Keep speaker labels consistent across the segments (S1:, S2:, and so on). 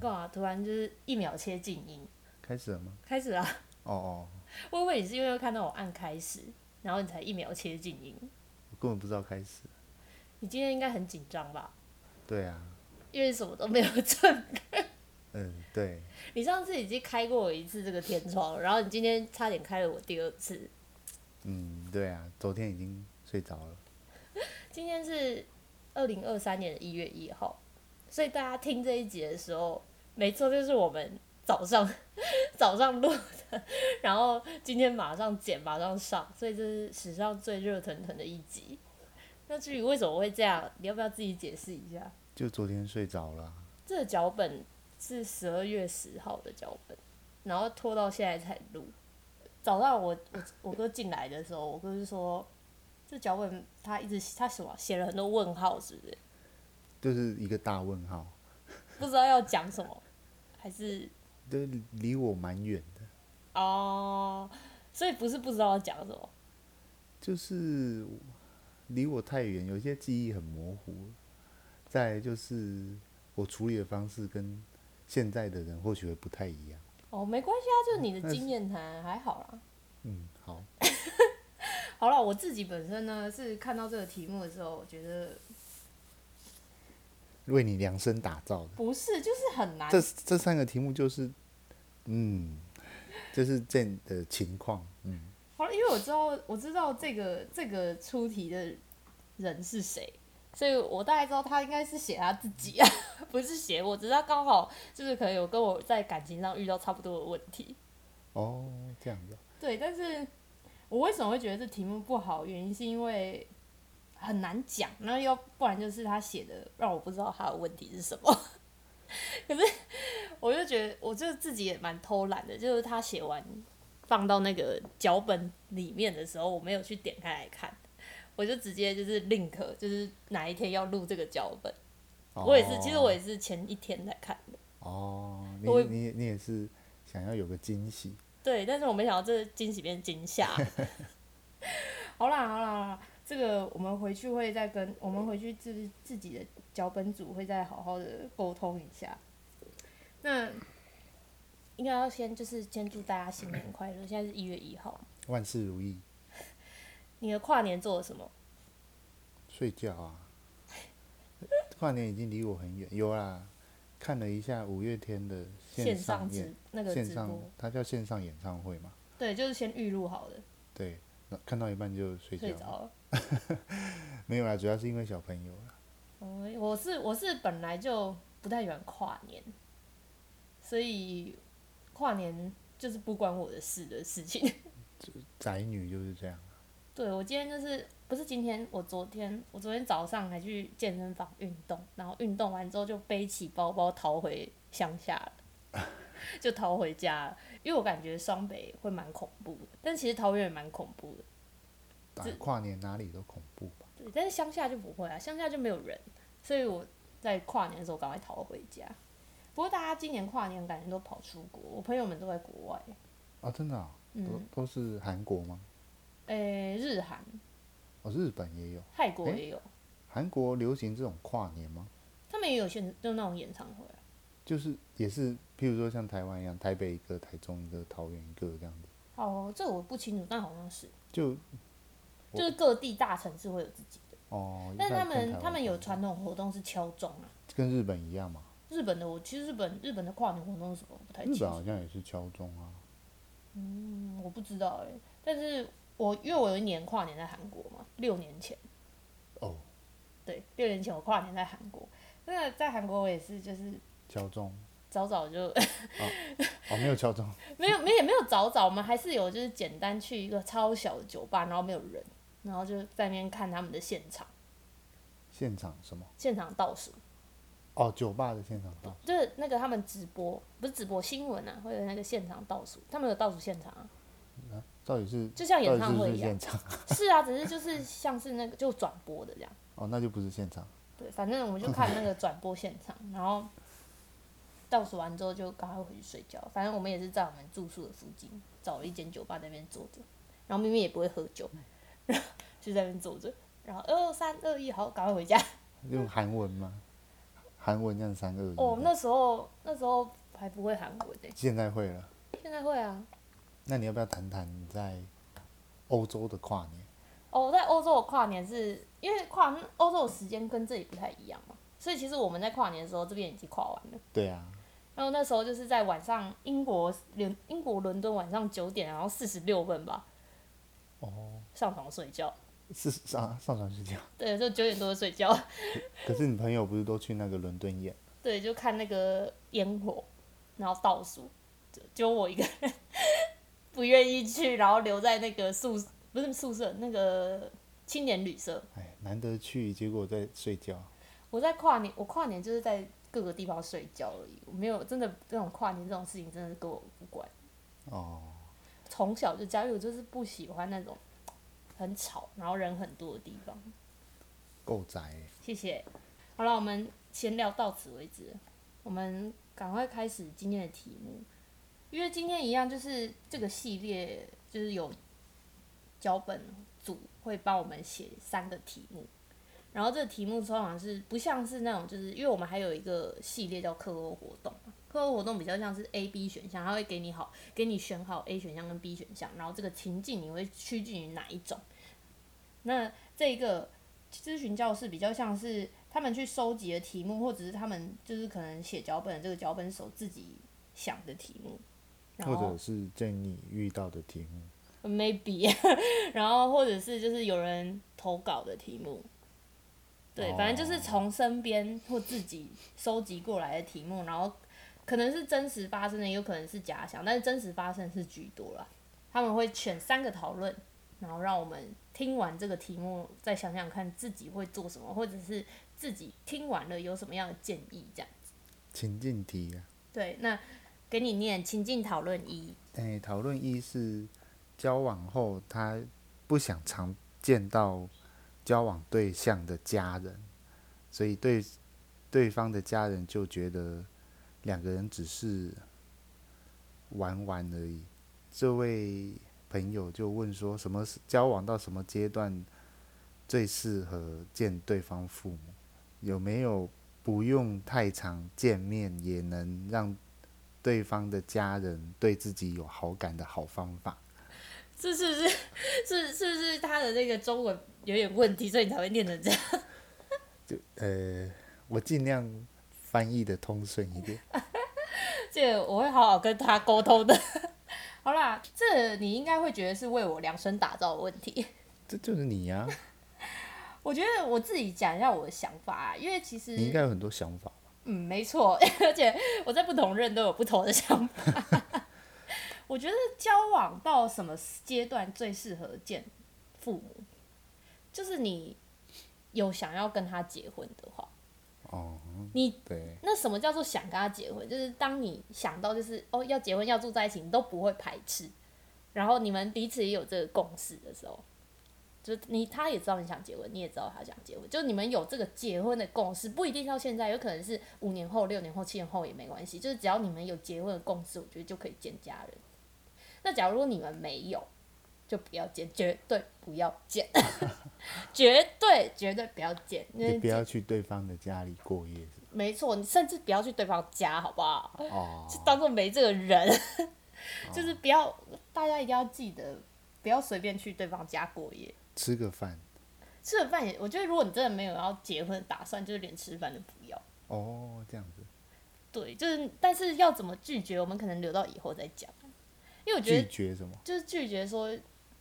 S1: 干嘛突然就是一秒切静音？
S2: 开始了吗？
S1: 开始啊！
S2: 哦哦，
S1: 我以为你是因为看到我按开始，然后你才一秒切静音。
S2: 我根本不知道开始。
S1: 你今天应该很紧张吧？
S2: 对啊，
S1: 因为什么都没有准备。
S2: 嗯，对，
S1: 你上次已经开过我一次这个天窗了，然后你今天差点开了我第二次。
S2: 嗯，对啊，昨天已经睡着了。
S1: 今天是二零二三年的一月一号，所以大家听这一集的时候，没错，就是我们早上 早上录的，然后今天马上剪，马上上，所以这是史上最热腾腾的一集。那至于为什么会这样，你要不要自己解释一下？
S2: 就昨天睡着了啊，
S1: 这个脚本是十二月十号的脚本，然后拖到现在才录。早上我我我哥进来的时候，我哥就说，这脚本他一直他什么写了很多问号，是不是？
S2: 就是一个大问号，
S1: 不知道要讲什么，还是
S2: 就是离我蛮远的。
S1: 哦，所以不是不知道要讲什么。
S2: 就是离我太远，有些记忆很模糊。再来就是我处理的方式跟现在的人或许会不太一样。
S1: 哦，没关系啊，就是你的经验谈还好啦。
S2: 嗯，好，
S1: 好了，我自己本身呢是看到这个题目的时候，我觉得
S2: 为你量身打造的。
S1: 不是，就是很难
S2: 这这三个题目就是，嗯，就是这样的情况，嗯，
S1: 好了，因为我知道我知道这个这个出题的人是谁，所以我大概知道他应该是写他自己啊， 不是写我，只是他刚好就是可能有跟我在感情上遇到差不多的问题。
S2: 哦，这样子，
S1: 对，但是我为什么会觉得这题目不好？原因是因为很难讲，然后要不然就是他写的让我不知道他的问题是什么。 可是我就觉得，我就自己也蛮偷懒的，就是他写完放到那个脚本里面的时候，我没有去点开来看，我就直接就是 link，就是哪一天要录这个脚本。我也是，其实我也是前一天才看的。
S2: 哦，
S1: 我
S2: 哦你你你也是想要有个惊喜，
S1: 对，但是我没想到这惊喜变惊吓。好啦好啦好啦，这个我们回去会再跟我们回去自自己的脚本组会再好好的沟通一下。那应该要先就是先祝大家新年快乐，现在是一月一号，
S2: 万事如意，
S1: 你的跨年做了什么？
S2: 睡觉啊， 跨年已经离我很远，有啦，看了一下五月天的
S1: 线
S2: 上
S1: 上
S2: 演
S1: 直，那个
S2: 线
S1: 直
S2: 上
S1: 播，
S2: 它叫线上演唱会嘛，
S1: 对，就是先预录好的，
S2: 对，那看到一半就睡觉
S1: 睡
S2: 了，
S1: 着了。
S2: 没有啦，主要是因为小朋友啦，
S1: 哦，我是我是本来就不太喜欢跨年，所以跨年就是不关我的事的事情。
S2: 宅女就是这样，
S1: 对我今天就是不是今天，我昨天我昨天早上还去健身房运动，然后运动完之后就背起包包逃回乡下了， 就逃回家了，因为我感觉双北会蛮恐怖的，但其实桃园也蛮恐怖的，
S2: 打
S1: 这
S2: 跨年哪里都恐怖吧，
S1: 对，但是乡下就不会啊，乡下就没有人，所以我在跨年的时候赶快逃回家。不过大家今年跨年感觉都跑出国，我朋友们都在国外，
S2: 啊，真的、啊。都
S1: 嗯，
S2: 都是韩国吗？
S1: 诶、日韩、
S2: 哦，日本也有，
S1: 泰国
S2: 诶
S1: 也有，
S2: 韩国流行这种跨年吗？
S1: 他们也有现就那种演唱会啊。
S2: 就是也是，譬如说像台湾一样，台北一个，台中一个，桃园一个这样子，
S1: 哦，这我不清楚，但好像是。
S2: 就我
S1: 就是各地大城市会有自己的，
S2: 哦。
S1: 但是他
S2: 跟台
S1: 们
S2: 湾
S1: 他们有
S2: 不一样
S1: 传统活动是敲钟啊。
S2: 跟日本一样嘛？
S1: 日本的我其实日本日本的跨年活动是什么我不太清
S2: 日本
S1: 楚
S2: 好，像也是敲钟啊。
S1: 嗯我不知道哎、但是我因为我有一年跨年在韩国嘛，六年前，
S2: 哦，
S1: 对，六年前我跨年在韩国，那在韩国我也是就是
S2: 敲钟
S1: 早早就
S2: 哦，没有敲钟
S1: 没有没也没有早早，我们还是有就是简单去一个超小的酒吧，然后没有人，然后就在那边看他们的现场
S2: 现场什么？
S1: 现场倒数。
S2: 哦，酒吧的现场到
S1: 就是那个他们直播，不是直播新闻啊，会有那个现场倒数，他们有倒数现场啊，
S2: 到底是
S1: 就像
S2: 到
S1: 演
S2: 底
S1: 唱
S2: 是不
S1: 会
S2: 是
S1: 一样
S2: 现。场？
S1: 是啊，只是就是像是那个就转播的这样。
S2: 哦，那就不是现场。
S1: 对，反正我们就看那个转播现场，然后倒数完之后就赶快回去睡觉。反正我们也是在我们住宿的附近找了一间酒吧在那边坐着，然后明明也不会喝酒，然 后就在那边坐着，然后二三二一，好，赶快回家。
S2: 用韩文吗？韩文这样三二一。
S1: 哦，那时候那时候还不会韩文诶，
S2: 现在会了。
S1: 现在会啊。
S2: 那你要不要谈谈你在欧洲的跨年？
S1: 哦，在欧洲的跨年是因为跨欧洲的时间跟这里不太一样嘛，所以其实我们在跨年的时候，这边已经跨完了。
S2: 对啊，
S1: 然后那时候就是在晚上，英国伦英国伦敦晚上九点，然后四十六分吧，
S2: 哦，
S1: 上床睡觉。
S2: 是上上床睡觉。
S1: 对，就九点多睡觉。
S2: 可是你朋友不是都去那个伦敦演？
S1: 对，就看那个烟火，然后倒数，就就我一个人 不愿意去，然后留在那个宿不是宿舍那个青年旅社。
S2: 哎，难得去，结果在睡觉。
S1: 我在跨年，我跨年就是在各个地方睡觉而已，我没有真的这种跨年这种事情真的是跟我无关。
S2: 哦，
S1: 从小就家里我就是不喜欢那种很吵，然后人很多的地方。
S2: 够宅欸。
S1: 谢谢。好了，我们闲聊到此为止，我们赶快开始今天的题目，因为今天一样就是这个系列就是有脚本组会帮我们写三个题目，然后这个题目通常是不像是那种就是因为我们还有一个系列叫课后活动嘛，课后活动比较像是 A、B 选项，它会给你好给你选好 A 选项跟 B 选项，然后这个情境你会趋近于哪一种？那这个咨询教室比较像是他们去收集的题目，或者是他们就是可能写脚本的这个脚本手自己想的题目，然
S2: 或
S1: 后
S2: 者是在你遇到的题目，
S1: maybe，然 后或者是就是有人投稿的题目，对，反正就是从身边或自己收集过来的题目，然后可能是真实发生的，也有可能是假想，但是真实发生是居多啦。他们会选三个讨论，然后让我们听完这个题目，再想想看自己会做什么，或者是自己听完了有什么样的建议，这样。
S2: 情境题啊。
S1: 对，那给你念情境讨论一，
S2: 哎、讨论一是交往后他不想常见到交往对象的家人，所以对对方的家人就觉得两个人只是玩玩而已。这位朋友就问说，什么是交往到什么阶段最适合见对方父母？有没有不用太常见面也能让对方的家人对自己有好感的好方法。
S1: 这是不是 是是不是他的那个中文有点问题，所以你才会念成这样？
S2: 呃，我尽量翻译的通顺一点。
S1: 这个我会好好跟他沟通的。 好啦，这你应该会觉得是为我量身打造的问题。
S2: 这就是你啊呀、
S1: 我觉得我自己讲一下我的想法啊，因为其实
S2: 你应该有很多想法吧？
S1: 嗯，没错， 而且我在不同任都有不同的想法。 我觉得交往到什么阶段最适合见父母，就是你有想要跟他结婚的话，
S2: 哦，
S1: 你
S2: 对，
S1: 那什么叫做想跟他结婚？就是当你想到就是哦要结婚要住在一起，你都不会排斥，然后你们彼此也有这个共识的时候，就是你他也知道你想结婚，你也知道他想结婚，就你们有这个结婚的共识，不一定要现在，有可能是五年后、六年后、七年后也没关系，就是只要你们有结婚的共识，我觉得就可以见家人。那假如你们没有，就不要见，绝对不要见， 绝对绝对不要见，因
S2: 也
S1: 为
S2: 不要去对方的家里过夜。
S1: 没错，你甚至不要去对方家，好不好？
S2: 哦，
S1: 就当做没这个人， 就是不要，大家一定要记得，不要随便去对方家过夜。
S2: 吃个饭。
S1: 吃了饭也，我觉得如果你真的没有要结婚的打算，就是连吃饭都不要。
S2: 哦，这样子。
S1: 对，就是但是要怎么拒绝，我们可能留到以后再讲，因为我觉
S2: 拒
S1: 得
S2: 绝什么？
S1: 就是拒绝说，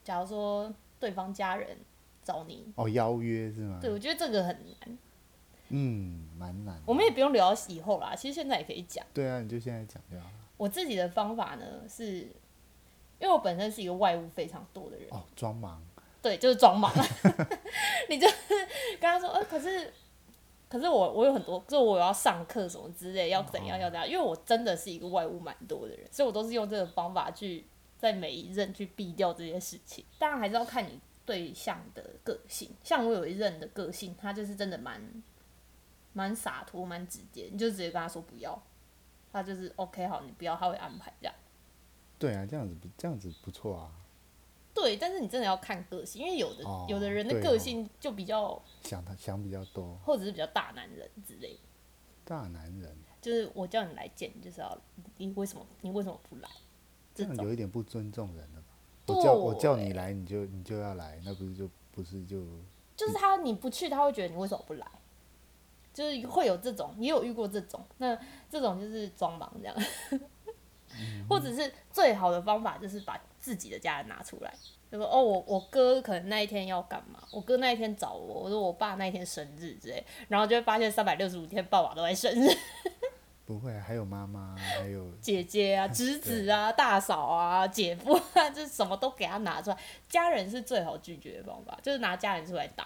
S1: 假如说对方家人找你，
S2: 哦，邀约是吗？
S1: 对我觉得这个很难，
S2: 嗯，蛮难的。
S1: 我们也不用留到以后啦，其实现在也可以讲。
S2: 对啊，你就现在讲就好了。
S1: 我自己的方法呢，是因为我本身是一个外物非常多的人，
S2: 哦，装忙。
S1: 对，就是装忙。 你就是跟他说，呃，可是，可是我我有很多，就我要上课什么之类，要怎样要怎样，因为我真的是一个外物蛮多的人，所以我都是用这个方法去在每一任去避掉这些事情。当然还是要看你对象的个性，像我有一任的个性，他就是真的蛮蛮洒脱、蛮直接，你就直接跟他说不要，他就是 OK 好，你不要，他会安排这样。
S2: 对啊，这样子不这样子不错啊，
S1: 对，但是你真的要看个性，因为有的、
S2: 哦
S1: 有的人的
S2: 对
S1: 个
S2: 哦
S1: 性就比较
S2: 想他想比较多。
S1: 或者是比较大男人之类的。
S2: 大男人，
S1: 就是我叫你来见，你就是要你为什么你为什么不来？
S2: 这
S1: 这
S2: 样
S1: 种
S2: 有一点不尊重人了吧？我叫我叫你
S1: 对
S2: 来，你就你就要来，那不是就不是就
S1: 就是
S2: 嗯
S1: 他你不去，他会觉得你为什么不来？就是会有这种，也有遇过这种。那这种就是装忙这样，
S2: 嗯
S1: 或者是最好的方法就是把自己的家人拿出来，就说哦，我我哥可能那一天要干嘛，我哥那一天找我，我说我爸那一天生日之类，然后就会发现三百六十五天爸爸都在生日，
S2: 不会啊？还有妈妈，还 有
S1: 姐姐啊、侄子啊、大嫂啊、姐夫啊， 就是什么都给他拿出来。家人是最好拒绝的方法，就是拿家人出来挡。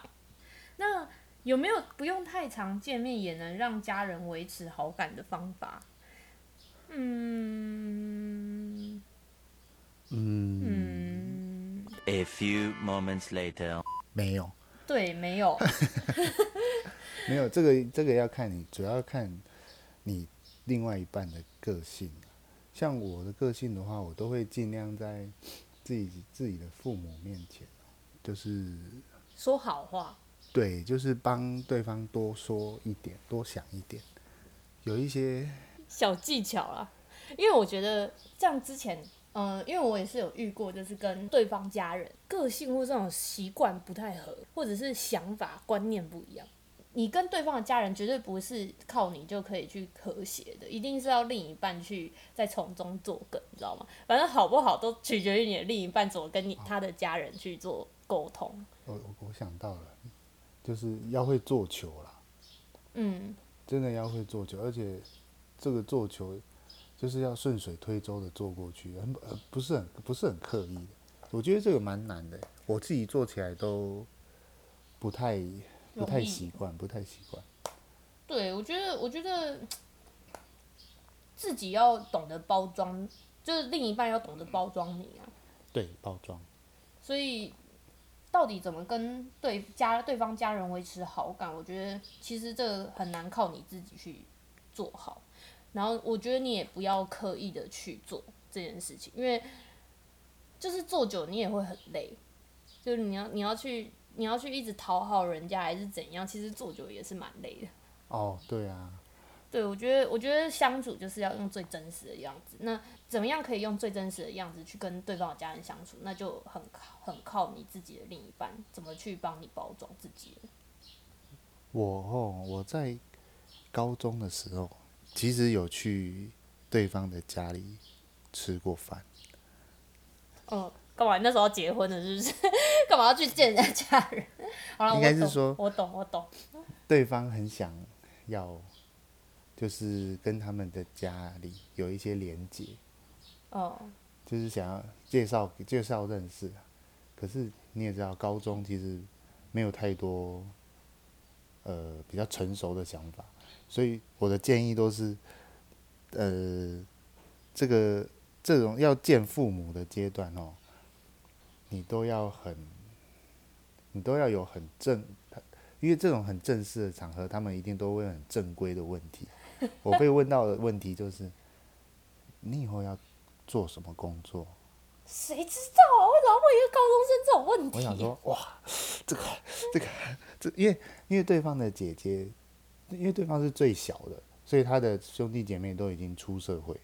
S1: 那有没有不用太常见面也能让家人维持好感的方法？嗯嗯，
S2: 嗯
S3: A few moments later.
S2: 没有
S1: 对，没有，
S2: 没有这个这个要看你，主要看你另外一半的个性。啊像我的个性的话，我都会尽量在自己自己的父母面前，就是
S1: 说好话，
S2: 对，就是帮对方多说一点，多想一点。有一些
S1: 小技巧啦，因为我觉得像之前，嗯、因为我也是有遇过，就是跟对方家人个性或这种习惯不太合，或者是想法观念不一样，你跟对方的家人绝对不是靠你就可以去和谐的，一定是要另一半去在从中作梗，你知道吗？反正好不好都取决于你的另一半怎么跟你他的家人去做沟通。
S2: 我哦我我想到了，就是要会做球啦，
S1: 嗯，
S2: 真的要会做球，而且这个做球就是要顺水推舟的做过去，很呃不是很不是很刻意的。我觉得这个蛮难的，我自己做起来都不太不太
S1: 容易
S2: 习惯，不太习惯。
S1: 对，我觉得，我觉得自己要懂得包装，就是另一半要懂得包装你啊。
S2: 对，包装
S1: 所以，到底怎么跟对家对方家人维持好感，我觉得其实这个很难靠你自己去做好。然后，我觉得你也不要刻意的去做这件事情，因为就是做久你也会很累，就是你要你要去你要去一直讨好人家还是怎样，其实做久也是蛮累的。
S2: 哦，对啊，
S1: 对，我觉得，我觉得相处就是要用最真实的样子。那怎么样可以用最真实的样子去跟对方的家人相处？那就很靠很靠你自己的另一半怎么去帮你包装自己了。
S2: 我哦，我在高中的时候，其实有去对方的家里吃过饭。
S1: 嗯，
S2: 哦
S1: 干嘛？你那时候要结婚了是不是？ 干嘛要去见人家家人？好了，
S2: 应
S1: 我
S2: 该是
S1: 懂
S2: 说
S1: 我懂，我懂。
S2: 对方很想要，就是跟他们的家里有一些连接，
S1: 嗯，
S2: 就是想要介绍介绍认识啊。可是你也知道，高中其实没有太多呃比较成熟的想法，所以我的建议都是，呃，这个这种要见父母的阶段哦，你都要很，你都要有很正，因为这种很正式的场合，他们一定都会很正规的问题。我被问到的问题就是，你以后要做什么工作？
S1: 谁知道啊？为什么问一个高中生这种问题？
S2: 我想说，哇，这个这个这，因为因为对方的姐姐，因为对方是最小的，所以他的兄弟姐妹都已经出社会了，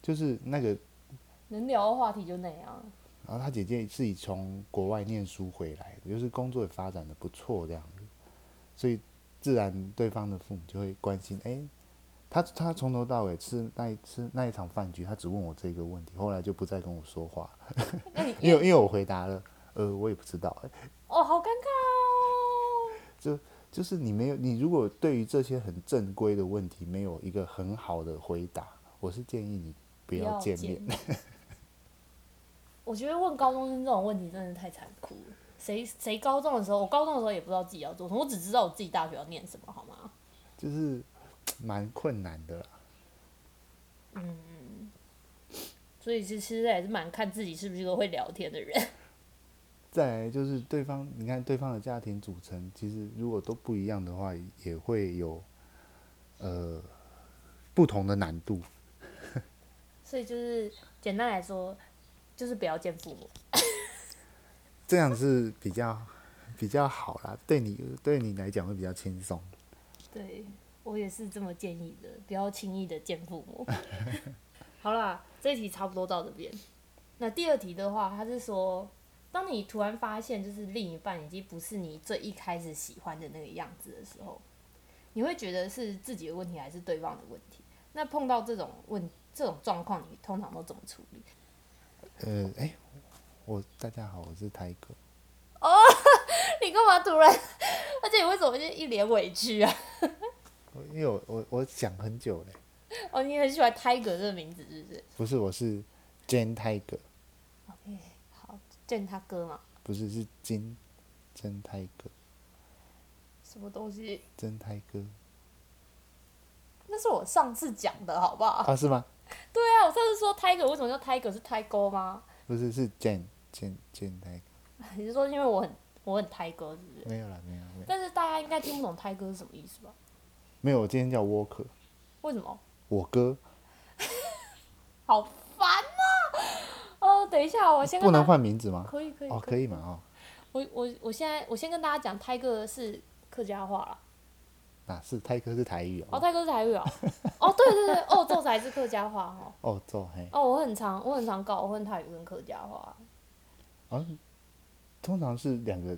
S2: 就是那个，
S1: 能聊的话题就那样。
S2: 然后他姐姐自己从国外念书回来的，就是工作也发展的不错这样子，所以自然对方的父母就会关心，哎、他他从头到尾吃那一吃那一场饭局，他只问我这个问题，后来就不再跟我说话了，
S1: 那你
S2: 因为因为我回答了，呃，我也不知道、哎
S1: 哦，好尴尬哦。
S2: 就就是你没有，你如果对于这些很正规的问题没有一个很好的回答，我是建议你不要见面。
S1: 面。 我觉得问高中生这种问题真的太残酷了。谁谁高中的时候，我高中的时候也不知道自己要做什么，我只知道我自己大学要念什么，好吗？
S2: 就是蛮困难的啦。
S1: 所以其实还是蛮看自己是不是一个会聊天的人。
S2: 再来就是对方，你看对方的家庭组成，其实如果都不一样的话，也会有呃不同的难度。
S1: 所以就是简单来说，就是不要见父母。
S2: 这样是比较比较好啦，对你对你来讲会比较轻松。
S1: 对，我也是这么建议的，不要轻易的见父母。 好啦，这一题差不多到这边。那第二题的话，他是说，当你突然发现就是另一半已经不是你最一开始喜欢的那个样子的时候，你会觉得是自己的问题还是对方的问题？那碰到这种问这种状况，你通常都怎么处理？
S2: 呃，哎、我大家好，我是台哥。
S1: 你干嘛突然？ 而且你为什么就一脸委屈啊？
S2: 我因为我我我想很久嘞，
S1: 哦，你很喜欢 Tiger 这个名字是不是
S2: 不是我是 Jane Tiger，
S1: ？OK，好，见他哥嘛，
S2: 不是是金真泰哥，
S1: 什么东西？
S2: 真泰哥
S1: 那是我上次讲的好不好？
S2: 啊是吗？
S1: 对啊，我上次说 Tiger 为什么叫 Tiger 是 Tiger 吗？
S2: 不是是 Jane Jane Jane Tiger，
S1: 你是说因为我很我很 Tiger 是不是？
S2: 没有啦没有没有
S1: 但是大家应该听不懂 Tiger 是什么意思吧？
S2: 没有，我今天叫 Walker，
S1: 为什么？
S2: 我哥
S1: 好烦呐、哦，等一下，我先跟
S2: 不
S1: 大
S2: 能
S1: 家
S2: 换名字吗？
S1: 可以可以
S2: 哦可以嘛哦，
S1: 我我我现在我先跟大家讲，Tiger 是客家话啦。
S2: 哪是泰哥是台语
S1: 哦，
S2: 哦，
S1: 泰哥是台语 哦。哦，对对对，哦，这才是客家话哦。
S2: 哦做嘿，
S1: 哦，我很常我很常搞混台语跟客家话。
S2: 啊通常是两个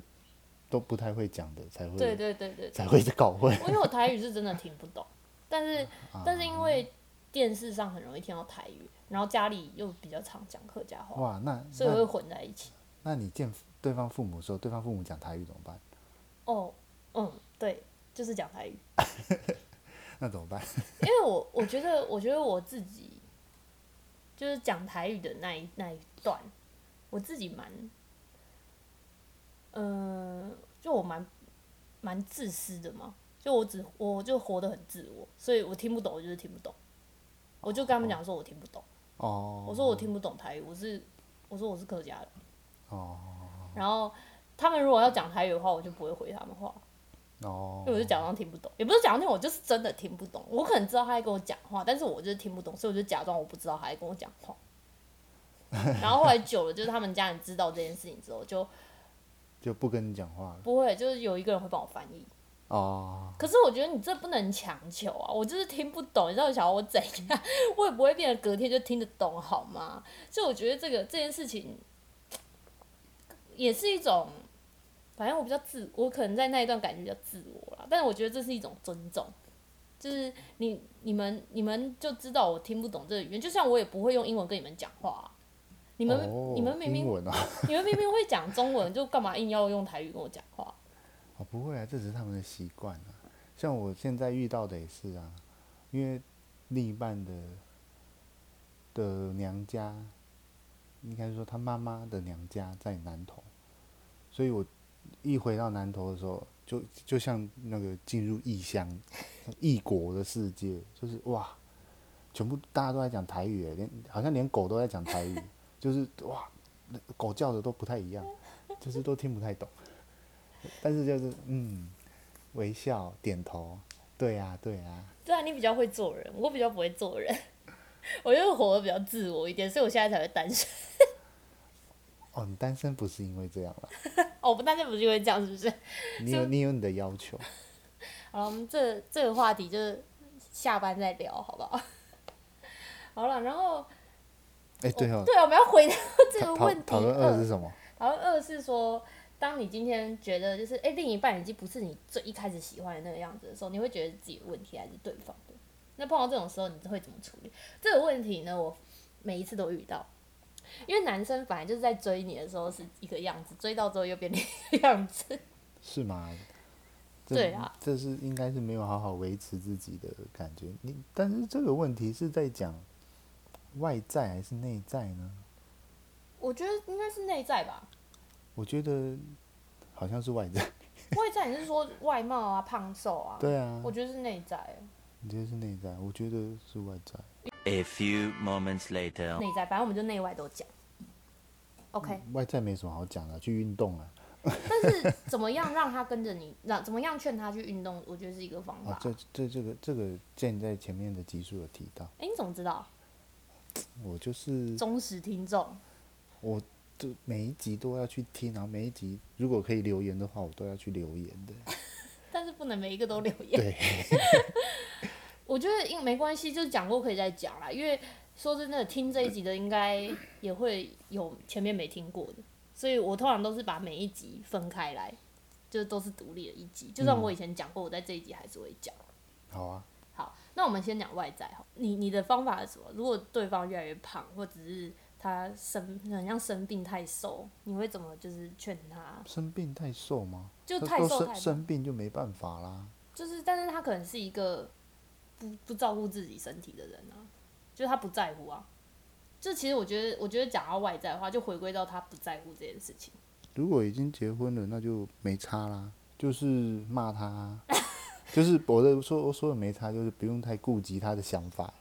S2: 都不太会讲的才会
S1: 对对对对对，
S2: 才会搞混，
S1: 因为我台语是真的听不懂，但是
S2: 嗯
S1: 但是
S2: 啊
S1: 因为电视上很容易听到台语，然后家里又比较常讲客家话，
S2: 哇那
S1: 所以我会
S2: 那
S1: 混在一起。
S2: 那你见对方父母的时候，对方父母讲台语怎么办？
S1: 哦，嗯，对，就是讲台语，
S2: 那怎么办？
S1: 因为我我觉得我觉得我自己就是讲台语的那一那一段，我自己蛮，嗯、就我蛮蛮自私的嘛，就我只我就活得很自我，所以我听不懂我就是听不懂，我就跟他们讲说我听不懂。
S2: 哦，
S1: 我说我听不懂台语，我是我说我是客家人，
S2: 哦
S1: 然后他们如果要讲台语的话，我就不会回他们话，
S2: 哦
S1: 因为我就假装听不懂，也不是假装听不懂，我就是真的听不懂。我可能知道他在跟我讲话，但是我就是听不懂，所以我就假装我不知道他在跟我讲话。然后后来久了，就是他们家人知道这件事情之后，就
S2: 就不跟你讲话了。
S1: 不会，就是有一个人会帮我翻译。
S2: 哦，
S1: 可是我觉得你这不能强求啊，我就是听不懂，你知道想要我怎样，我也不会变得隔天就听得懂好吗？所以我觉得这个这件事情也是一种，反正我比较自，我可能在那一段感觉比较自我啦，但是我觉得这是一种尊重，就是你你们你们就知道我听不懂这个语言，就像我也不会用英文跟你们讲话啊、你们、
S2: 哦
S1: 你们明明
S2: 英文啊，
S1: 你们明明会讲中文，就干嘛硬要用台语跟我讲话？
S2: 哦不会啊，这只是他们的习惯啊。像我现在遇到的也是啊，因为另一半的的娘家，应该说他妈妈的娘家在南投，所以我一回到南投的时候，就就像那个进入异乡、 异国的世界，就是哇，全部大家都在讲台语耶，欸连好像连狗都在讲台语， 就是哇，那狗叫的都不太一样，就是都听不太懂。但是就是嗯，微笑点头，对呀、对呀、
S1: 对啊，你比较会做人，我比较不会做人。 我就是活得比较自我一点，所以我现在才会单身。
S2: 哦，你单身不是因为这样 啦，
S1: 哦，我不单身不是因为这样，是不是？
S2: 你有你有你的要
S1: 哦
S2: 求，
S1: 好了，我们这这个话题就是下班再聊，好不好？ 好了，然后
S2: 哎、对哦，
S1: 对啊，我们要回到这个
S2: 讨讨
S1: 问题嗯
S2: 讨论二是什么？
S1: 讨论二是说，当你今天觉得就是哎、诶另一半已经不是你最一开始喜欢的那个样子的时候，你会觉得自己有问题还是对方的？那碰到这种时候，你会怎么处理这个问题呢？我每一次都遇到，因为男生本来就是在追你的时候是一个样子，追到之后又变另一个样子。
S2: 是吗？这
S1: 对啊，
S2: 这是应该是没有好好维持自己的感觉。你但是这个问题是在讲外在还是内在呢？
S1: 我觉得应该是内在吧，
S2: 我觉得好像是外 在。
S1: 外在你是说外貌啊、胖瘦啊？
S2: 对啊
S1: 我，觉得是内在。
S2: 你觉得是内在？我觉得是外在。
S3: A few moments later.
S1: 内在，反正我们就内外都讲。OK，
S2: 外在没什么好讲的，去运动啊。
S1: 但是怎么样让他跟着你，让怎么样劝他去运动，我觉得是一个方法。
S2: 啊，这这这个这个建在前面的集数有提到，
S1: 哎、你怎么知道？
S2: 我就是
S1: 忠实听众，
S2: 我就 每一集都要去听，然后每一集如果可以留言的话，我都要去留言的。
S1: 但是不能每一个都留言。
S2: 对，
S1: 我觉得应没关系，就是讲过可以再讲啦。因为说真的，听这一集的应该也会有前面没听过的，所以我通常都是把每一集分开来，就都是独立的一集。就
S2: 嗯
S1: 算我以前讲过，我在这一集还是会讲。
S2: 好啊，
S1: 好，那我们先讲外在哈。你你的方法是什么？如果对方越来越胖，或只是他生很像生病太瘦，你会怎么就是劝他？
S2: 生病太瘦吗？
S1: 就
S2: 他
S1: 太
S2: 说
S1: 瘦太
S2: 生
S1: 胖
S2: 生病就没办法啦。
S1: 就是，但是他可能是一个不不照顾自己身体的人啊，就是他不在乎啊。就其实我觉得，我觉得讲到外在的话，就回归到他不在乎这件事情。
S2: 如果已经结婚了，那就没差啦，就是骂他啊， 就是我的说我说的没差，就是不用太顾及他的想法，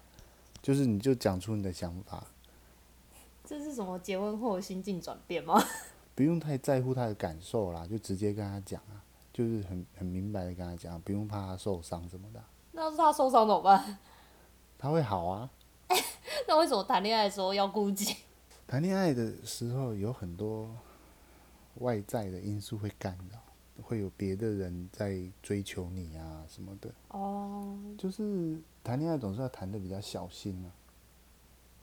S2: 就是你就讲出你的想法，
S1: 这是什么结婚后的心境转变吗？
S2: 不用太在乎他的感受啦，就直接跟他讲啊，就是很很明白的跟他讲，不用怕他受伤什么的啊，
S1: 那要是他受伤怎么办？
S2: 他会好啊。
S1: 那为什么谈恋爱的时候要顾忌？
S2: 谈恋爱的时候有很多外在的因素会干扰，会有别的人在追求你啊什么的，
S1: 哦，
S2: 就是谈恋爱总是要谈的比较小心啊。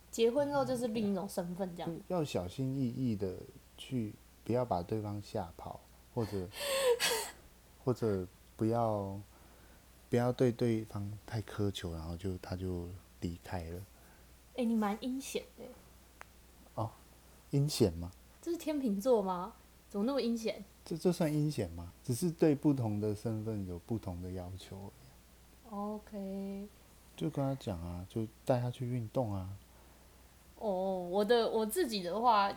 S1: 结婚之后就是另一种身份，这样。
S2: 要小心翼翼的去，不要把对方吓跑，或者或者不要不要对对方太苛求，然后就他就离开了。
S1: 哎、你蛮阴险的，
S2: 阴险吗？
S1: 这是天秤座吗？怎么那么阴险？
S2: 这这算阴险吗？只是对不同的身份有不同的要求而已，
S1: OK，
S2: 就跟他讲啊，就带他去运动啊。
S1: 哦，我的我自己的话，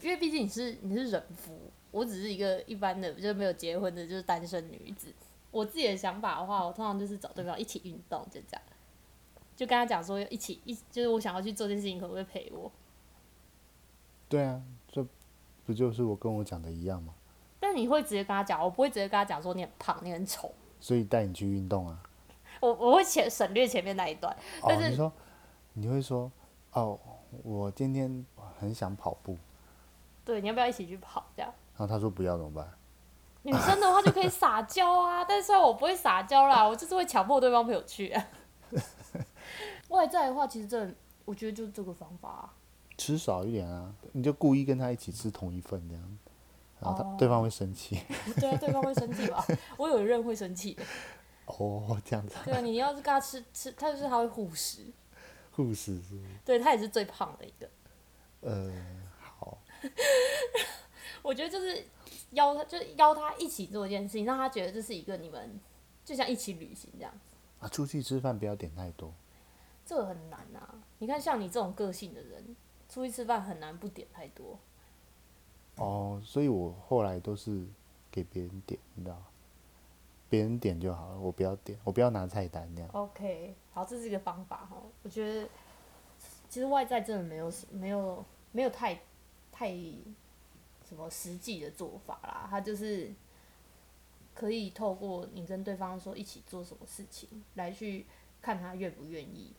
S1: 因为毕竟你是你是人夫，我只是一个一般的，就是没有结婚的，就是单身女子。我自己的想法的话，我通常就是找对方一起运动，就这样，就跟他讲说一起一，就是我想要去做这件事情，可不可以陪我？
S2: 对啊，这不就是我跟我讲的一样吗？
S1: 但你会直接跟他讲，我不会直接跟他讲说你很胖，你很丑。
S2: 所以带你去运动啊。
S1: 我我会前省略前面那一段，
S2: 哦
S1: 但，是
S2: 你说你会说哦，我今天很想跑步，
S1: 对，你要不要一起去跑？这样
S2: 然后他说不要怎么办？
S1: 女生的话就可以撒娇啊，但是虽然我不会撒娇啦， 我就是会强迫对方陪我去、 啊。外在的话，其实真的，我觉得就这个方法、啊。
S2: 吃少一点啊，你就故意跟他一起吃同一份这样，然后他、
S1: 哦
S2: 对方会生气。
S1: 对啊，对方会生气吧？ 我有人会生气的。
S2: 哦，这样子啊，
S1: 对啊，你要是跟他吃吃，他就是他会护食，
S2: 护士是不是
S1: 对他也是最胖的一个。
S2: 呃好，
S1: 我觉得就是邀他，就是邀他一起做一件事情，让他觉得这是一个你们就像一起旅行这样。
S2: 啊，出去吃饭不要点太多，
S1: 这个很难啊！你看，像你这种个性的人，出去吃饭很难不点太多。
S2: 哦，所以我后来都是给别人点，你知道吗，别人点就好了，我不要点，我不要拿菜单那样。
S1: OK，好，这是一个方法哈。我觉得其实外在真的没有没有没有太太什么实际的做法啦，它就是可以透过你跟对方说一起做什么事情，来去看他愿不愿意，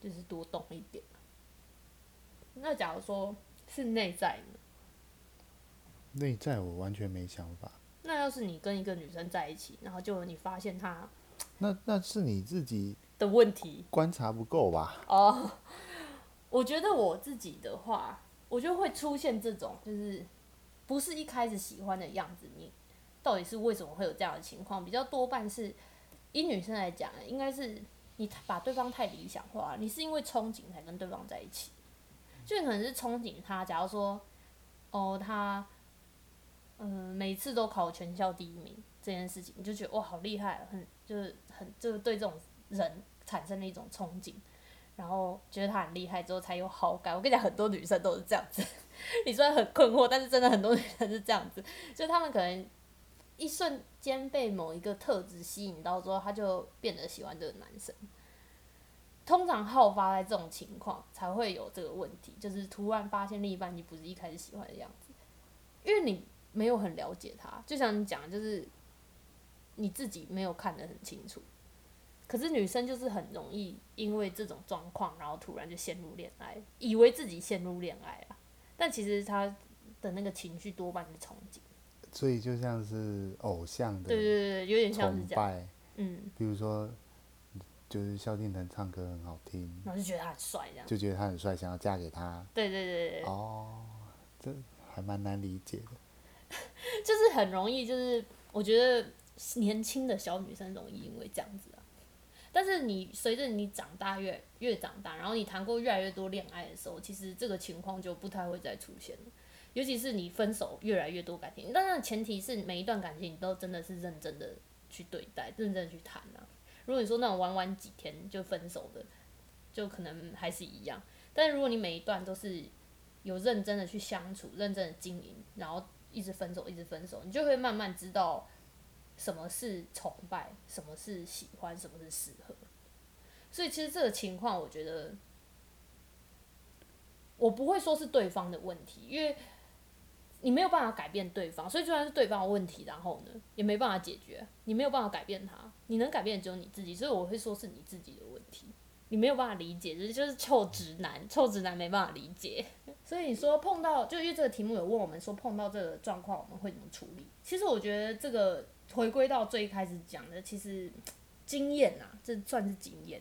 S1: 就是多动一点。那假如说是内在呢？
S2: 内在我完全没想法，
S1: 那要是你跟一个女生在一起，然后就你发现她
S2: 那那是你自己
S1: 的问题，
S2: 观察不够吧？
S1: 哦， 我觉得我自己的话，我就会出现这种，就是不是一开始喜欢的样子，你到底是为什么会有这样的情况？比较多半是以女生来讲，应该是你太把对方太理想化，你是因为憧憬才跟对方在一起，就你可能是憧憬他，假如说哦他。嗯，每次都考全校第一名这件事情，你就觉得哇，好厉害，啊很就是很就是对这种人产生了一种憧憬。然后觉得他很厉害之后才有好感。我跟你讲，很多女生都是这样子。 你虽然很困惑，但是真的很多女生是这样子，就她们可能一瞬间被某一个特质吸引到之后，她就变得喜欢这个男生。通常好发在这种情况才会有这个问题，就是突然发现另一半你不是一开始喜欢的样子，因为你没有很了解他。就像你讲的，就是你自己没有看得很清楚。可是女生就是很容易因为这种状况，然后突然就陷入恋爱，以啊为自己陷入恋爱了，但其实她的那个情绪多半是憧憬。
S2: 所以就像是偶像
S1: 对
S2: 的
S1: 对对，有点像是
S2: 崇
S1: 这样，
S2: 拜，
S1: 嗯，
S2: 比如说，就是萧敬腾唱歌很好听，
S1: 然后就觉得他很帅这样，
S2: 就觉得他很帅，想要嫁给他。
S1: 对对对对对，
S2: 哦，这还蛮难理解的。
S1: 就是很容易，就是我觉得年轻的小女生容易因为这样子啊。但是你随着你长大越越长大，然后你谈过越来越多恋爱的时候，其实这个情况就不太会再出现了。尤其是你分手越来越多感情，但是前提是每一段感情你都真的是认真的去对待，认真地去谈啊。如果你说那种玩玩几天就分手的，就可能还是一样。但是如果你每一段都是有认真的去相处，认真的经营，然后一直分手，一直分手，你就会慢慢知道什么是崇拜，什么是喜欢，什么是适合。所以其实这个情况，我觉得我不会说是对方的问题，因为你没有办法改变对方，所以就算是对方的问题，然后呢也没办法解决，你没有办法改变他，你能改变的只有你自己，所以我会说是你自己的问题。你没有办法理解，就是就是臭直男，臭直男没办法理解。所以你说碰到，就因为这个题目有问我们说碰到这个状况我们会怎么处理？其实我觉得这个回归到最一开始讲的，其实嗯经验啊，这算是经验。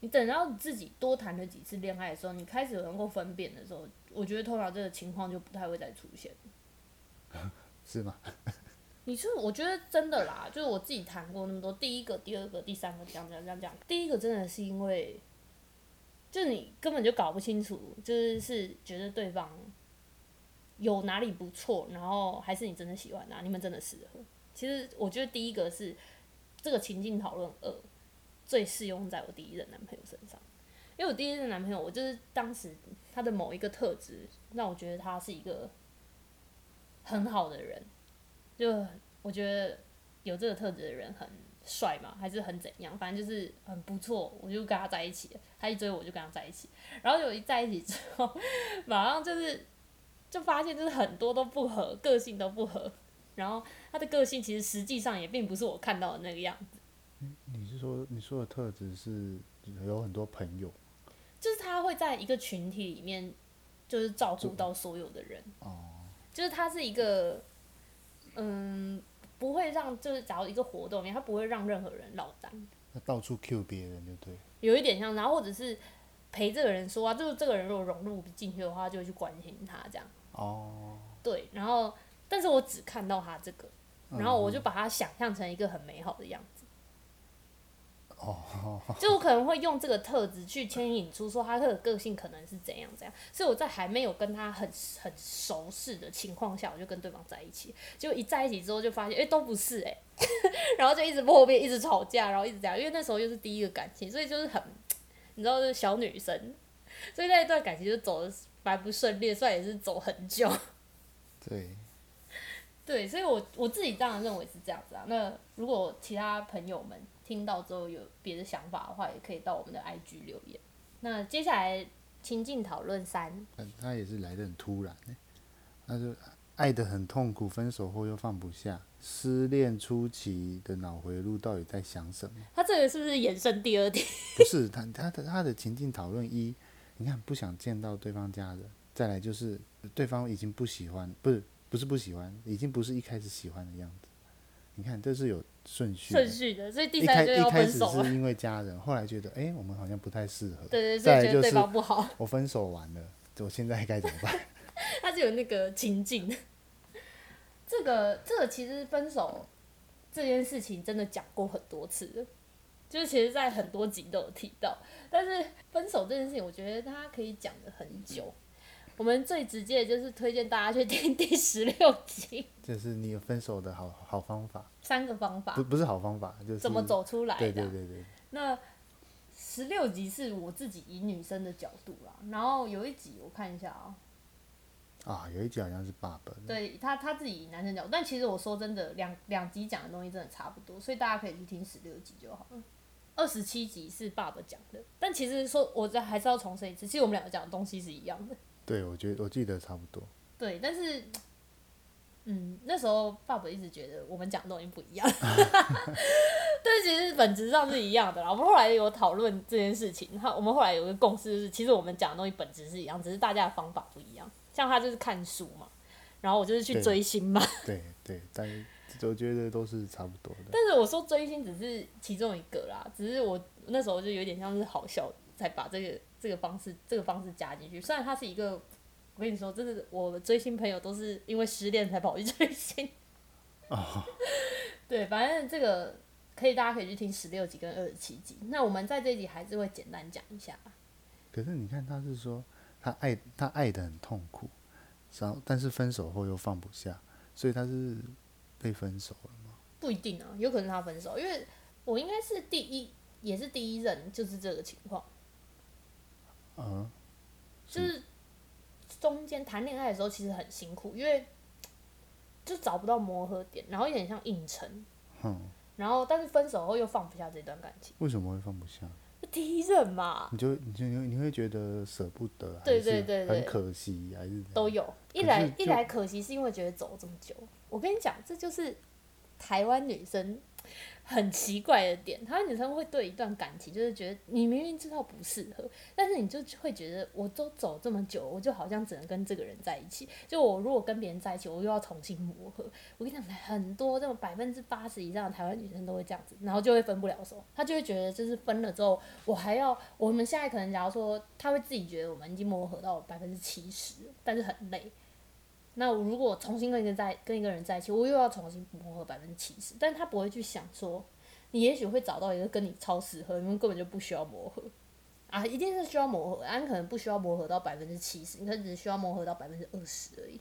S1: 你等到你自己多谈了几次恋爱的时候，你开始能够分辨的时候，我觉得通常这个情况就不太会再出现。
S2: 是吗？
S1: 你是我觉得真的啦，就是我自己谈过那么多，第一个、第二个、第三个，这样这样这样这样。第一个真的是因为，就你根本就搞不清楚，就是是觉得对方有哪里不错，然后还是你真的喜欢他，你们真的适合。其实我觉得第一个是这个情境讨论二，最适用在我第一任男朋友身上，因为我第一任男朋友，我就是当时他的某一个特质让我觉得他是一个很好的人。就我觉得有这个特质的人很帅嘛，还是很怎样，反正就是很不错，我就跟他在一起了，他一追我就跟他在一起，然后有一在一起之后， 马上就是就发现就是很多都不合，个性都不合，然后他的个性其实实际上也并不是我看到的那个样子，
S2: 你是说你说的特质是有很多朋友
S1: 就是他会在一个群体里面就是照顾到所有的人，
S2: 哦？
S1: 就是他是一个，嗯，不会让就是假如一个活动里面，他不会让任何人落单。
S2: 那到处 Q 别人就对了。
S1: 有一点像，然后或者是陪这个人说啊，就是这个人如果融入不进去的话，就会去关心他这样。
S2: 哦，
S1: 对，然后但是我只看到他这个，然后我就把他想象成一个很美好的样子。哦，就我可能会用这个特质去牵引出说他的个性可能是怎样怎样，所以我在还没有跟他很很熟识的情况下，我就跟对方在一起，就一在一起之后就发现，哎、都不是哎、诶 然后就一直破灭，一直吵架，然后一直这样，因为那时候又是第一个感情，所以就是很，你知道，就是小女生，所以那一段感情就走的蛮不顺利，虽然也是走很久。
S2: 对，
S1: 对，所以我我自己当然认为是这样子啊。那如果其他朋友们听到之后有别的想法的话，也可以到我们的 IG 留言。那接下来情境讨论三，
S2: 但他也是来的很突然、欸，那就爱得很痛苦，分手后又放不下，失恋初期的脑回路到底在想什么？
S1: 它这个是不是衍生第二点？
S2: 不是他他的他的情境讨论一，你看不想见到对方家人，再来就是对方已经不喜欢，不是不是不喜欢，已经不是一开始喜欢的样子。你看这是有顺序的，
S1: 顺序的，所以第
S2: 一
S1: 三
S2: 开
S1: 个就
S2: 一
S1: 要
S2: 开
S1: 分
S2: 始
S1: 手了
S2: 是。因为家人，后来觉得哎、诶我们好像不太适合，
S1: 对对，所
S2: 再
S1: 以
S2: 来
S1: 觉
S2: 就
S1: 得对
S2: 是
S1: 方不好，
S2: 我分手完了，我现在该怎么办？
S1: 它是有那个情境。 这个这个其实分手这件事情真的讲过很多次了，就是其实在很多集都有提到。但是分手这件事情，我觉得它可以讲的很久。我们最直接的就是推荐大家去听第十六集
S2: 这是你分手的好好方法，
S1: 三个方法
S2: 不，不是好方法，就是
S1: 怎么走出来的。
S2: 对对对对，
S1: 那十六集是我自己以女生的角度啦，然后有一集我看一下啊、
S2: 啊，有一集好像是爸爸的，
S1: 对他他自己男生角度，但其实我说真的，两两集讲的东西真的差不多，所以大家可以去听十六集就好了。二十七集是爸爸讲的，但其实说我这还是要重申一次，其实我们两个讲的东西是一样的，
S2: 对我觉得我记得差不多，
S1: 对，但是。嗯，那时候爸爸一直觉得我们讲的东西不一 样，但其实本质上是一样的啦。我们后来有讨论这件事情，他我们后来有一个共识，就是其实我们讲的东西本质是一样，只是大家的方法不一样。像他就是看书嘛，然后我就是去
S2: 对
S1: 追星嘛。
S2: 对对，但我觉得都是差不多的。
S1: 但是我说追星只是其中一个啦，只是我那时候就有点像是好笑，才把这个这个方式这个方式加进去。虽然它是一个，我跟你说，真的，我的追星朋友都是因为失恋才跑去追星。
S2: 哦，
S1: 对，反正这个可以，大家可以去听十六集跟二十七集。那我们在这一集还是会简单讲一下。
S2: 可是你看，他是说他爱他爱的很痛苦，然后但是分手后又放不下，所以他是被分手了吗？
S1: 不一定啊，有可能他分手，因为我应该是第一，也是第一任，就是这个情况，
S2: 嗯，
S1: 就是中间谈恋爱的时候其实很辛苦，因为就找不到磨合点，然后有点像硬撑，
S2: 哼，
S1: 然后但是分手后又放不下这段感情，
S2: 为什么会放不下？
S1: 就第一任嘛，
S2: 你就你就你会你会觉得舍不得，还
S1: 对
S2: 是
S1: 对对
S2: 很
S1: 对
S2: 可惜，还是怎样
S1: 都有。一
S2: 可
S1: 来
S2: 是
S1: 一
S2: 就
S1: 来可惜是因为觉得走这么久，我跟你讲，这就是台湾女生很奇怪的点。台湾女生会对一段感情，就是觉得你明明知道不适合，但是你就会觉得我都走这么久，我就好像只能跟这个人在一起。就我如果跟别人在一起，我又要重新磨合。我跟你讲，很多这种百分之八十以上的台湾女生都会这样子，然后就会分不了手。她就会觉得，就是分了之后，我还要我们现在可能假如说，她会自己觉得我们已经磨合到百分之七十，但是很累。那我如果重新跟一个在跟一个人在一起，我又要重新磨合百分之七十，但她不会去想说，你也许会找到一个跟你超适合，你们根本就不需要磨合。啊，一定是需要磨合，啊，你可能不需要磨合到百分之七十，你可能只需要磨合到百分之二十而已。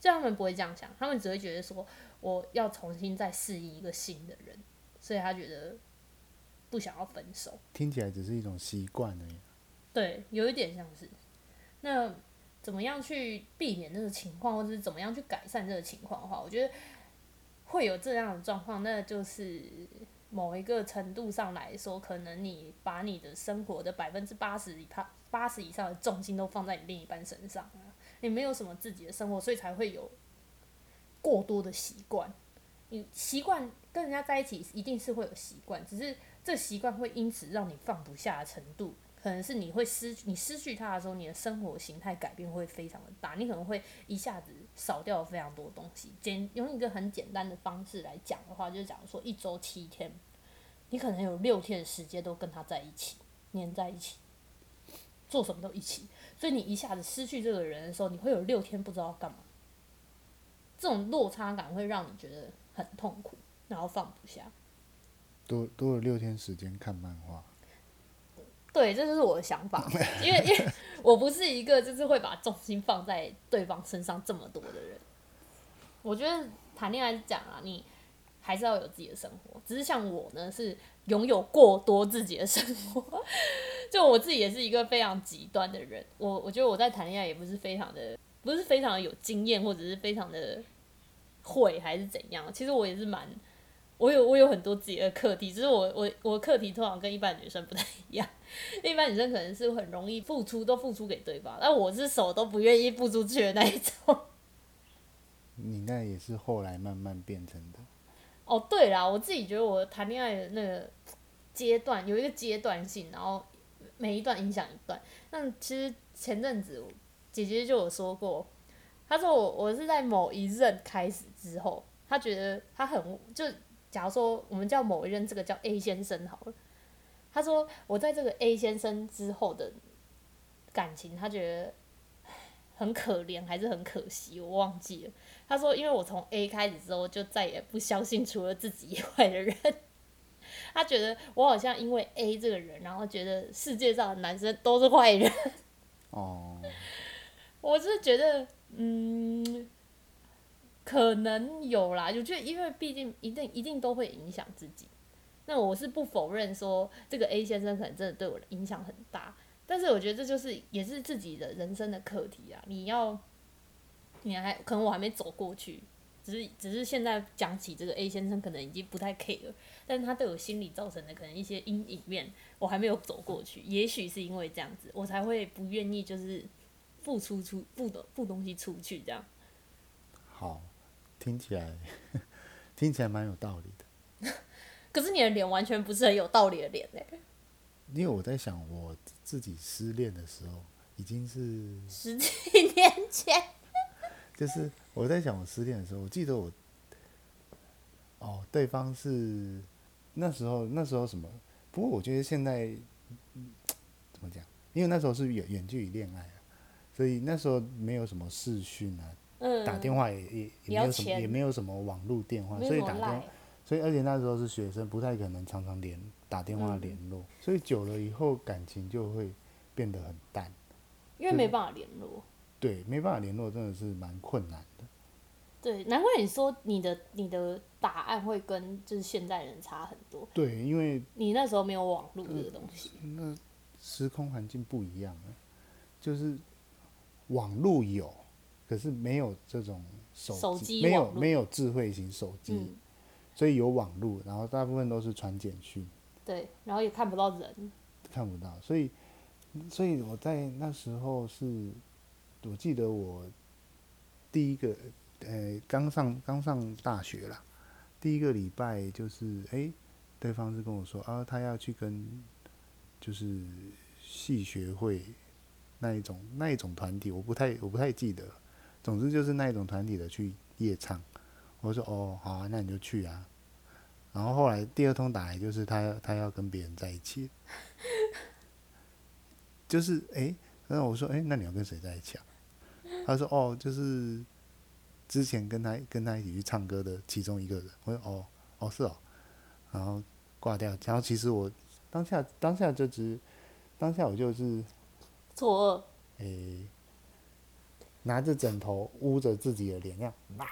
S1: 就他们不会这样想，他们只会觉得说我要重新再适应一个新的人，所以他觉得不想要分手。
S2: 听起来只是一种习惯而已。
S1: 对，有一点像是。那怎么样去避免这个情况，或者是怎么样去改善这个情况的话，我觉得会有这样的状况，那就是某一个程度上来说，可能你把你的生活的百分之八十以上八十以上的重心都放在你另一半身上啊，你没有什么自己的生活，所以才会有过多的习惯。你习惯跟人家在一起，一定是会有习惯，只是这习惯会因此让你放不下的程度，可能是你会失你失去它的时候，你的生活形态改变会非常的大，你可能会一下子少掉非常多东西。简用一个很简单的方式来讲的话，就是假如说一周七天，你可能有六天的时间都跟他在一起，黏在一起，做什么都一起，所以你一下子失去这个人的时候，你会有六天不知道干嘛。这种落差感会让你觉得很痛苦，然后放不下。
S2: 多多了六天时间看漫画，
S1: 对，这就是我的想法，因为因为我不是一个就是会把重心放在对方身上这么多的人。我觉得谈恋爱是这样啊，你还是要有自己的生活。只是像我呢，是拥有过多自己的生活， 就我自己也是一个非常极端的人。我我觉得我在谈恋爱也不是非常的，不是非常的有经验，或者是非常的会还是怎样。其实我也是蛮。我有我有很多自己的课题，只是我我我课题通常跟一般女生不太一样，一般女生可能是很容易付出，都付出给对方，但我是手都不愿意付出去的那一种。
S2: 你那也是后来慢慢变成的。
S1: 哦，对啦，我自己觉得我谈恋爱的那个阶段有一个阶段性，然后每一段影响一段。那其实前阵子我姐姐就有说过，她说我我是在某一任开始之后，她觉得她很就假如说我们叫某一任这个叫 A 先生好了，她说我在这个 A 先生之后的感情，她觉得很可怜还是很可惜，我忘记了。他说，因为我从 A 开始之后，就再也不相信除了自己以外的人。他觉得我好像因为 A 这个人，然后觉得世界上的男生都是坏人。
S2: 哦，
S1: 我是觉得，嗯，可能有啦。我觉得，因为毕竟一定一定都会影响自己。那我是不否认说，这个 A 先生可能真的对我的影响很大，但是我觉得这就是也是自己的人生的课题啊。你要，你还可能我还没走过去，只是只是现在讲起这个 A 先生，可能已经不太 care，但是他对我心理造成的可能一些阴影面，我还没有走过去。也许是因为这样子，我才会不愿意就是付出出付的付东西出去这样。
S2: 好，听起来 听起来蛮有道理的。
S1: 可是你的脸完全不是很有道理的脸欸嘞、
S2: 因为我在想，我自己失恋的时候，已经是
S1: 十几年前，
S2: 就是我在想我失恋的时候，我记得我，哦，对方是那时候那时候什么？不过我觉得现在、嗯怎么讲？因为那时候是远远距离恋爱啊，所以那时候没有什么视讯啊，
S1: 嗯，
S2: 打电话也也
S1: 比
S2: 也没有什么
S1: 较浅
S2: 也没有什么网络电话，
S1: 没
S2: 所以
S1: 有
S2: 打
S1: 什么
S2: 电话
S1: 赖，
S2: 所以而且那时候是学生，不太可能常常联打电话
S1: 嗯
S2: 联络，所以久了以后感情就会变得很淡。
S1: 因为没办法联络。
S2: 对，没办法联络，真的是蛮困难的。
S1: 对，难怪你说你的你的答案会跟就是现代人差很多。
S2: 对，因为
S1: 你那时候没有网络这个东西，
S2: 那时空环境不一样了，就是网络有，可是没有这种手
S1: 手机
S2: 没有
S1: 网络
S2: 没有智慧型手机，
S1: 嗯，
S2: 所以有网络，然后大部分都是传简讯，
S1: 对，然后也看不到人，
S2: 看不到，所以所以我在那时候是，我记得我第一个呃刚上刚上大学啦，第一个礼拜就是哎、诶对方是跟我说啊，他要去跟就是系学会那一种那一种团体，我不太我不太记得了，总之就是那一种团体的去夜唱，我说哦好啊，那你就去啊。然后后来第二通打来就是他他要跟别人在一起，就是诶，然后我说诶，那你要跟谁在一起啊？他说哦，就是之前跟他跟他一起去唱歌的其中一个人。我说哦哦是哦，然后挂掉。然后其实我当下当下就只当下我就是
S1: 错愕。
S2: 诶、拿着枕头捂着自己的脸，这样啊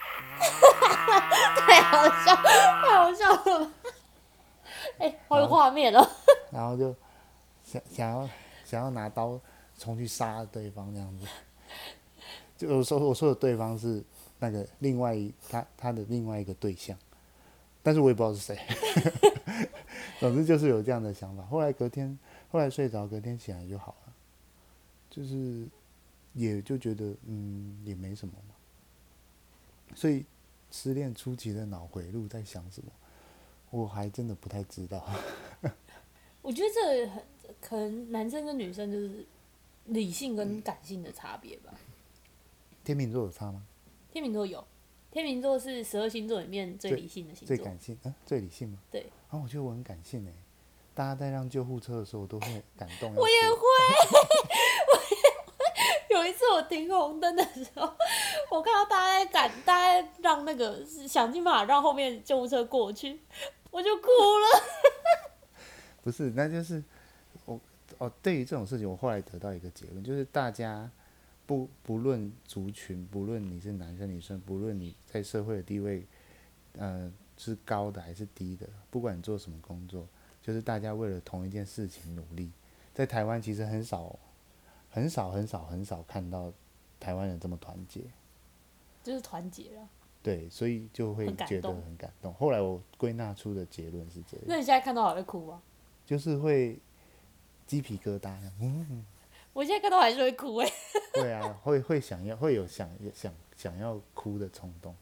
S1: 太好笑，太好笑了吧！哎、好有画面哦。
S2: 然后就想想要想要拿刀冲去杀对方这样子。 就我说我说的对方是那个另外一他他的另外一个对象，但是我也不知道是谁。 总之就是有这样的想法。后来隔天，后来睡着，隔天醒来就好了，就是也就觉得嗯也没什么嘛。所以失恋初期的脑回路在想什么，我还真的不太知道。
S1: 我觉得这很可能男生跟女生就是理性跟感性的差别吧。
S2: 天秤座有差吗？
S1: 天秤座有，天秤座是十二星座里面最
S2: 最
S1: 理性的星
S2: 最
S1: 座
S2: 感。性，嗯、最理性吗？
S1: 对，
S2: 啊，我觉得我很感性哎，大家在让救护车的时候，我都会感动。
S1: 我也
S2: 要哭
S1: 会，我也会。有一 次我停红灯的时候，我看到大家在赶，大家在让那个想尽办法让后面救护车过去，我就哭了。
S2: 不是，那就是我哦。对于这种事情，我后来得到一个结论，就是大家不不论族群，不论你是男生女生，不论你在社会的地位，呃，是高的还是低的，不管你做什么工作，就是大家为了同一件事情努力。在台湾其实很少、很少、很少、很少看到台湾人这么团结。
S1: 就是团结了。
S2: 对，所以就会
S1: 很感
S2: 觉得
S1: 动
S2: 很感动。后来我归纳出的结论是这
S1: 那
S2: 样，
S1: 你现在看到还会哭吗？
S2: 就是会鸡皮疙瘩，嗯，
S1: 我现在看到还是会哭哎、
S2: 会啊，会会想要，会有想想想要哭的冲动。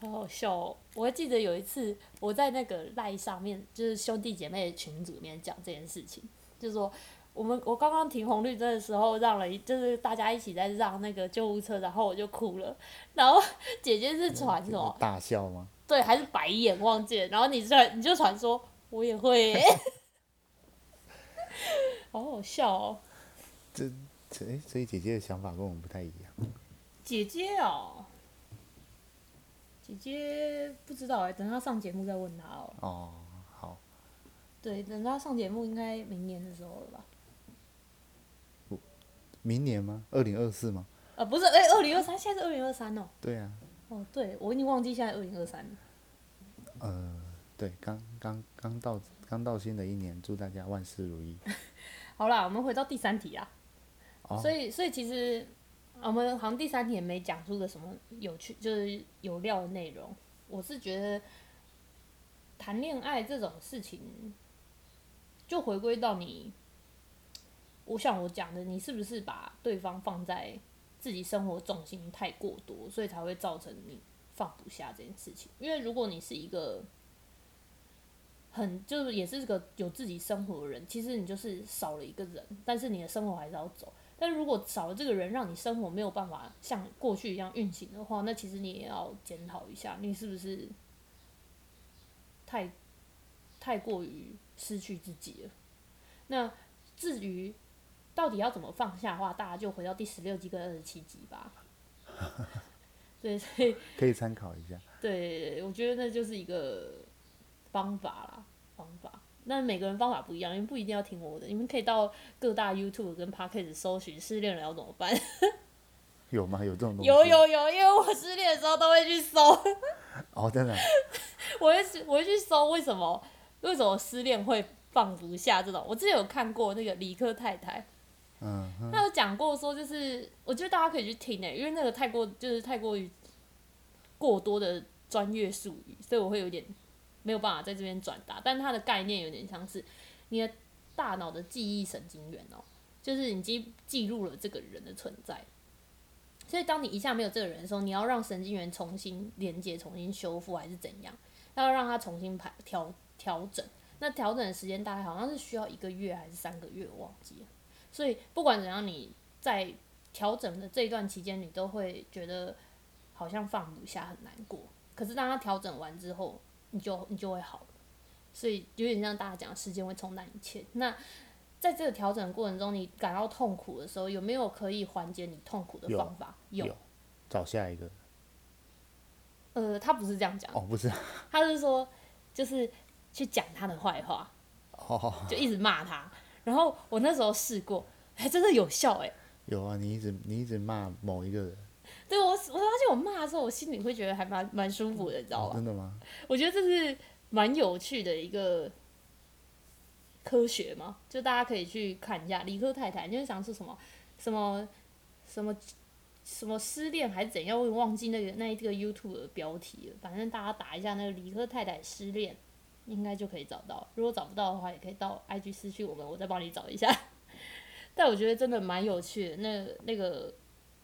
S1: 好好笑哦！我还记得有一次我在那个赖上面，就是兄弟姐妹群组里面讲这件事情，就是说我们我刚刚停红绿灯的时候让了一，就是大家一起在让那个救护车，然后我就哭了，然后 姐姐是传什么？
S2: 大笑吗？
S1: 对，还是白眼忘记了，然后你传你就传说我也会、 耶好好笑哦！
S2: 这这、诶所以姐姐的想法跟我们不太一样。
S1: 姐姐哦，姐姐不知道哎、等她上节目再问她哦。
S2: 哦，好，
S1: 对，等她上节目应该明年的时候了吧？
S2: 明年吗？二零二四吗？
S1: 啊，不是，哎、2二零二三，现在是二零二三哦。
S2: 对啊，
S1: 哦，对，我已经忘记现在二零二三了。
S2: 呃，对，刚刚刚到刚到新的一年，祝大家万事如意。
S1: 好啦，我们回到第三题啊。
S2: 哦，
S1: 所以，所以其实啊我们好像第三题也没讲出个什么有趣，就是有料的内容。我是觉得谈恋爱这种事情，就回归到你，我想我讲的，你是不是把对方放在自己生活重心太过多，所以才会造成你放不下这件事情？因为如果你是一个很就是也是个有自己生活的人，其实你就是少了一个人，但是你的生活还是要走。但如果少了这个人，让你生活没有办法像过去一样运行的话，那其实你也要检讨一下，你是不是太太过于失去自己了？那至于到底要怎么放下的话，大家就回到第十六集跟二十七集吧。 对，所以
S2: 可以参考一下。
S1: 对，我觉得那就是一个方法啦，方法。那每个人方法不一样，你们不一定要听我的，你们可以到各大 YouTube 跟 Podcast 搜寻失恋了要怎么办。
S2: 有吗？有这 种东西？
S1: 有。有有，因为我失恋的时候都会去搜，
S2: 哦，真的啊，
S1: 我会去我会去搜为什么为什么失恋会放不下这种。我之前有看过那个理科太太，
S2: 嗯哼，
S1: 他有讲过说，就是我觉得大家可以去听欸诶、因为那个太过就是太过于过多的专业术语，所以我会有点没有办法在这边转达。但它的概念有点像是你的大脑的记忆神经元哦、就是你记记录了这个人的存在。所以当你一下没有这个人的时候，你要让神经元重新连接、重新修复，还是怎样？要让它重新排调调整。那调整的时间大概好像是需要一个月还是三个月，我忘记了。所以不管怎样，你在调整的这一段期间，你都会觉得好像放不下，很难过。可是当它调整完之后，你就你就会好了。所以有点像大家讲，时间会冲淡一切。那在这个调整的过程中，你感到痛苦的时候，有没有可以缓解你痛苦的
S2: 有
S1: 方法？
S2: 有找下一个。
S1: 呃，他不是这样讲，
S2: 哦，不是啊，
S1: 他是说就是去讲他的坏话，
S2: 哦，
S1: 就一直骂他。然后我那时候试过，还真的有效哎、
S2: 有啊，你一直你一直骂某一个人，
S1: 对我，我发现我骂的时候，我心里会觉得还蛮蛮舒服的，你知道
S2: 哦
S1: 吧？
S2: 真的吗？
S1: 我觉得这是蛮有趣的一个科学嘛，就大家可以去看一下理科太太，你会想是什么什么什么什么失恋还是怎样，我也忘记那个那一个 YouTube 的标题了。反正大家打一下那个理科太太失恋，应该就可以找到。如果找不到的话，也可以到 IG 私讯我们，我再帮你找一下。 但我觉得真的蛮有趣的，那那个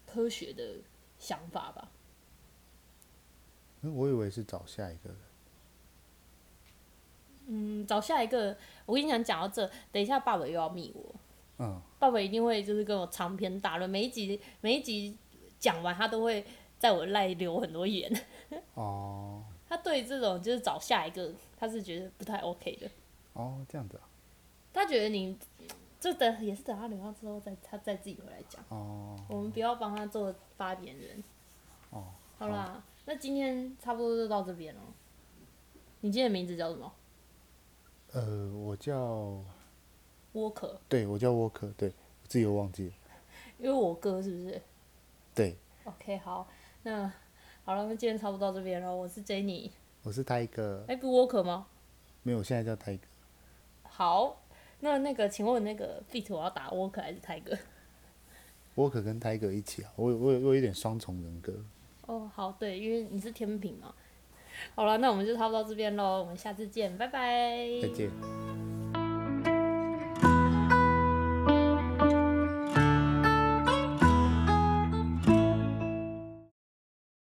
S1: 科学的想法吧。
S2: 嗯我以为是找下一个人。
S1: 嗯，找下一个。我跟你讲，讲到这，等一下爸爸又要密我，
S2: 嗯，
S1: 爸爸一定会就是跟我长篇大论，每一集每一集讲完，他都会在我赖留很多言。
S2: 哦，
S1: 他对这种就是找下一个，他是觉得不太 OK 的。
S2: 哦，这样子啊，
S1: 他觉得你就等也是等他流浪之后再他再自己回来讲，
S2: 哦，
S1: 我们不要帮他做发言人。
S2: 哦，
S1: 好啦，那今天差不多就到这边了。你今天的名字叫什么？
S2: 呃，我叫，
S1: 沃克，
S2: 对我叫沃克，对我自己又忘记了，
S1: 因为我哥是不是？
S2: 对，
S1: OK，好，那好了，那今天差不多到这边了。我是 Jenny，
S2: 我是他一个，
S1: 哎，不 Walker 吗？
S2: 没有，我现在叫他一个，
S1: 好，那那个，请问那个 beat 我要打 Walker 还是 Tiger？
S2: 沃克跟他一个一起啊，我有我有我有点双重人格，
S1: 哦，好，对，因为你是天平嘛。好了，那我们就差不多到这边喽，我们下次见，拜拜。
S2: 再见。
S1: 拜拜。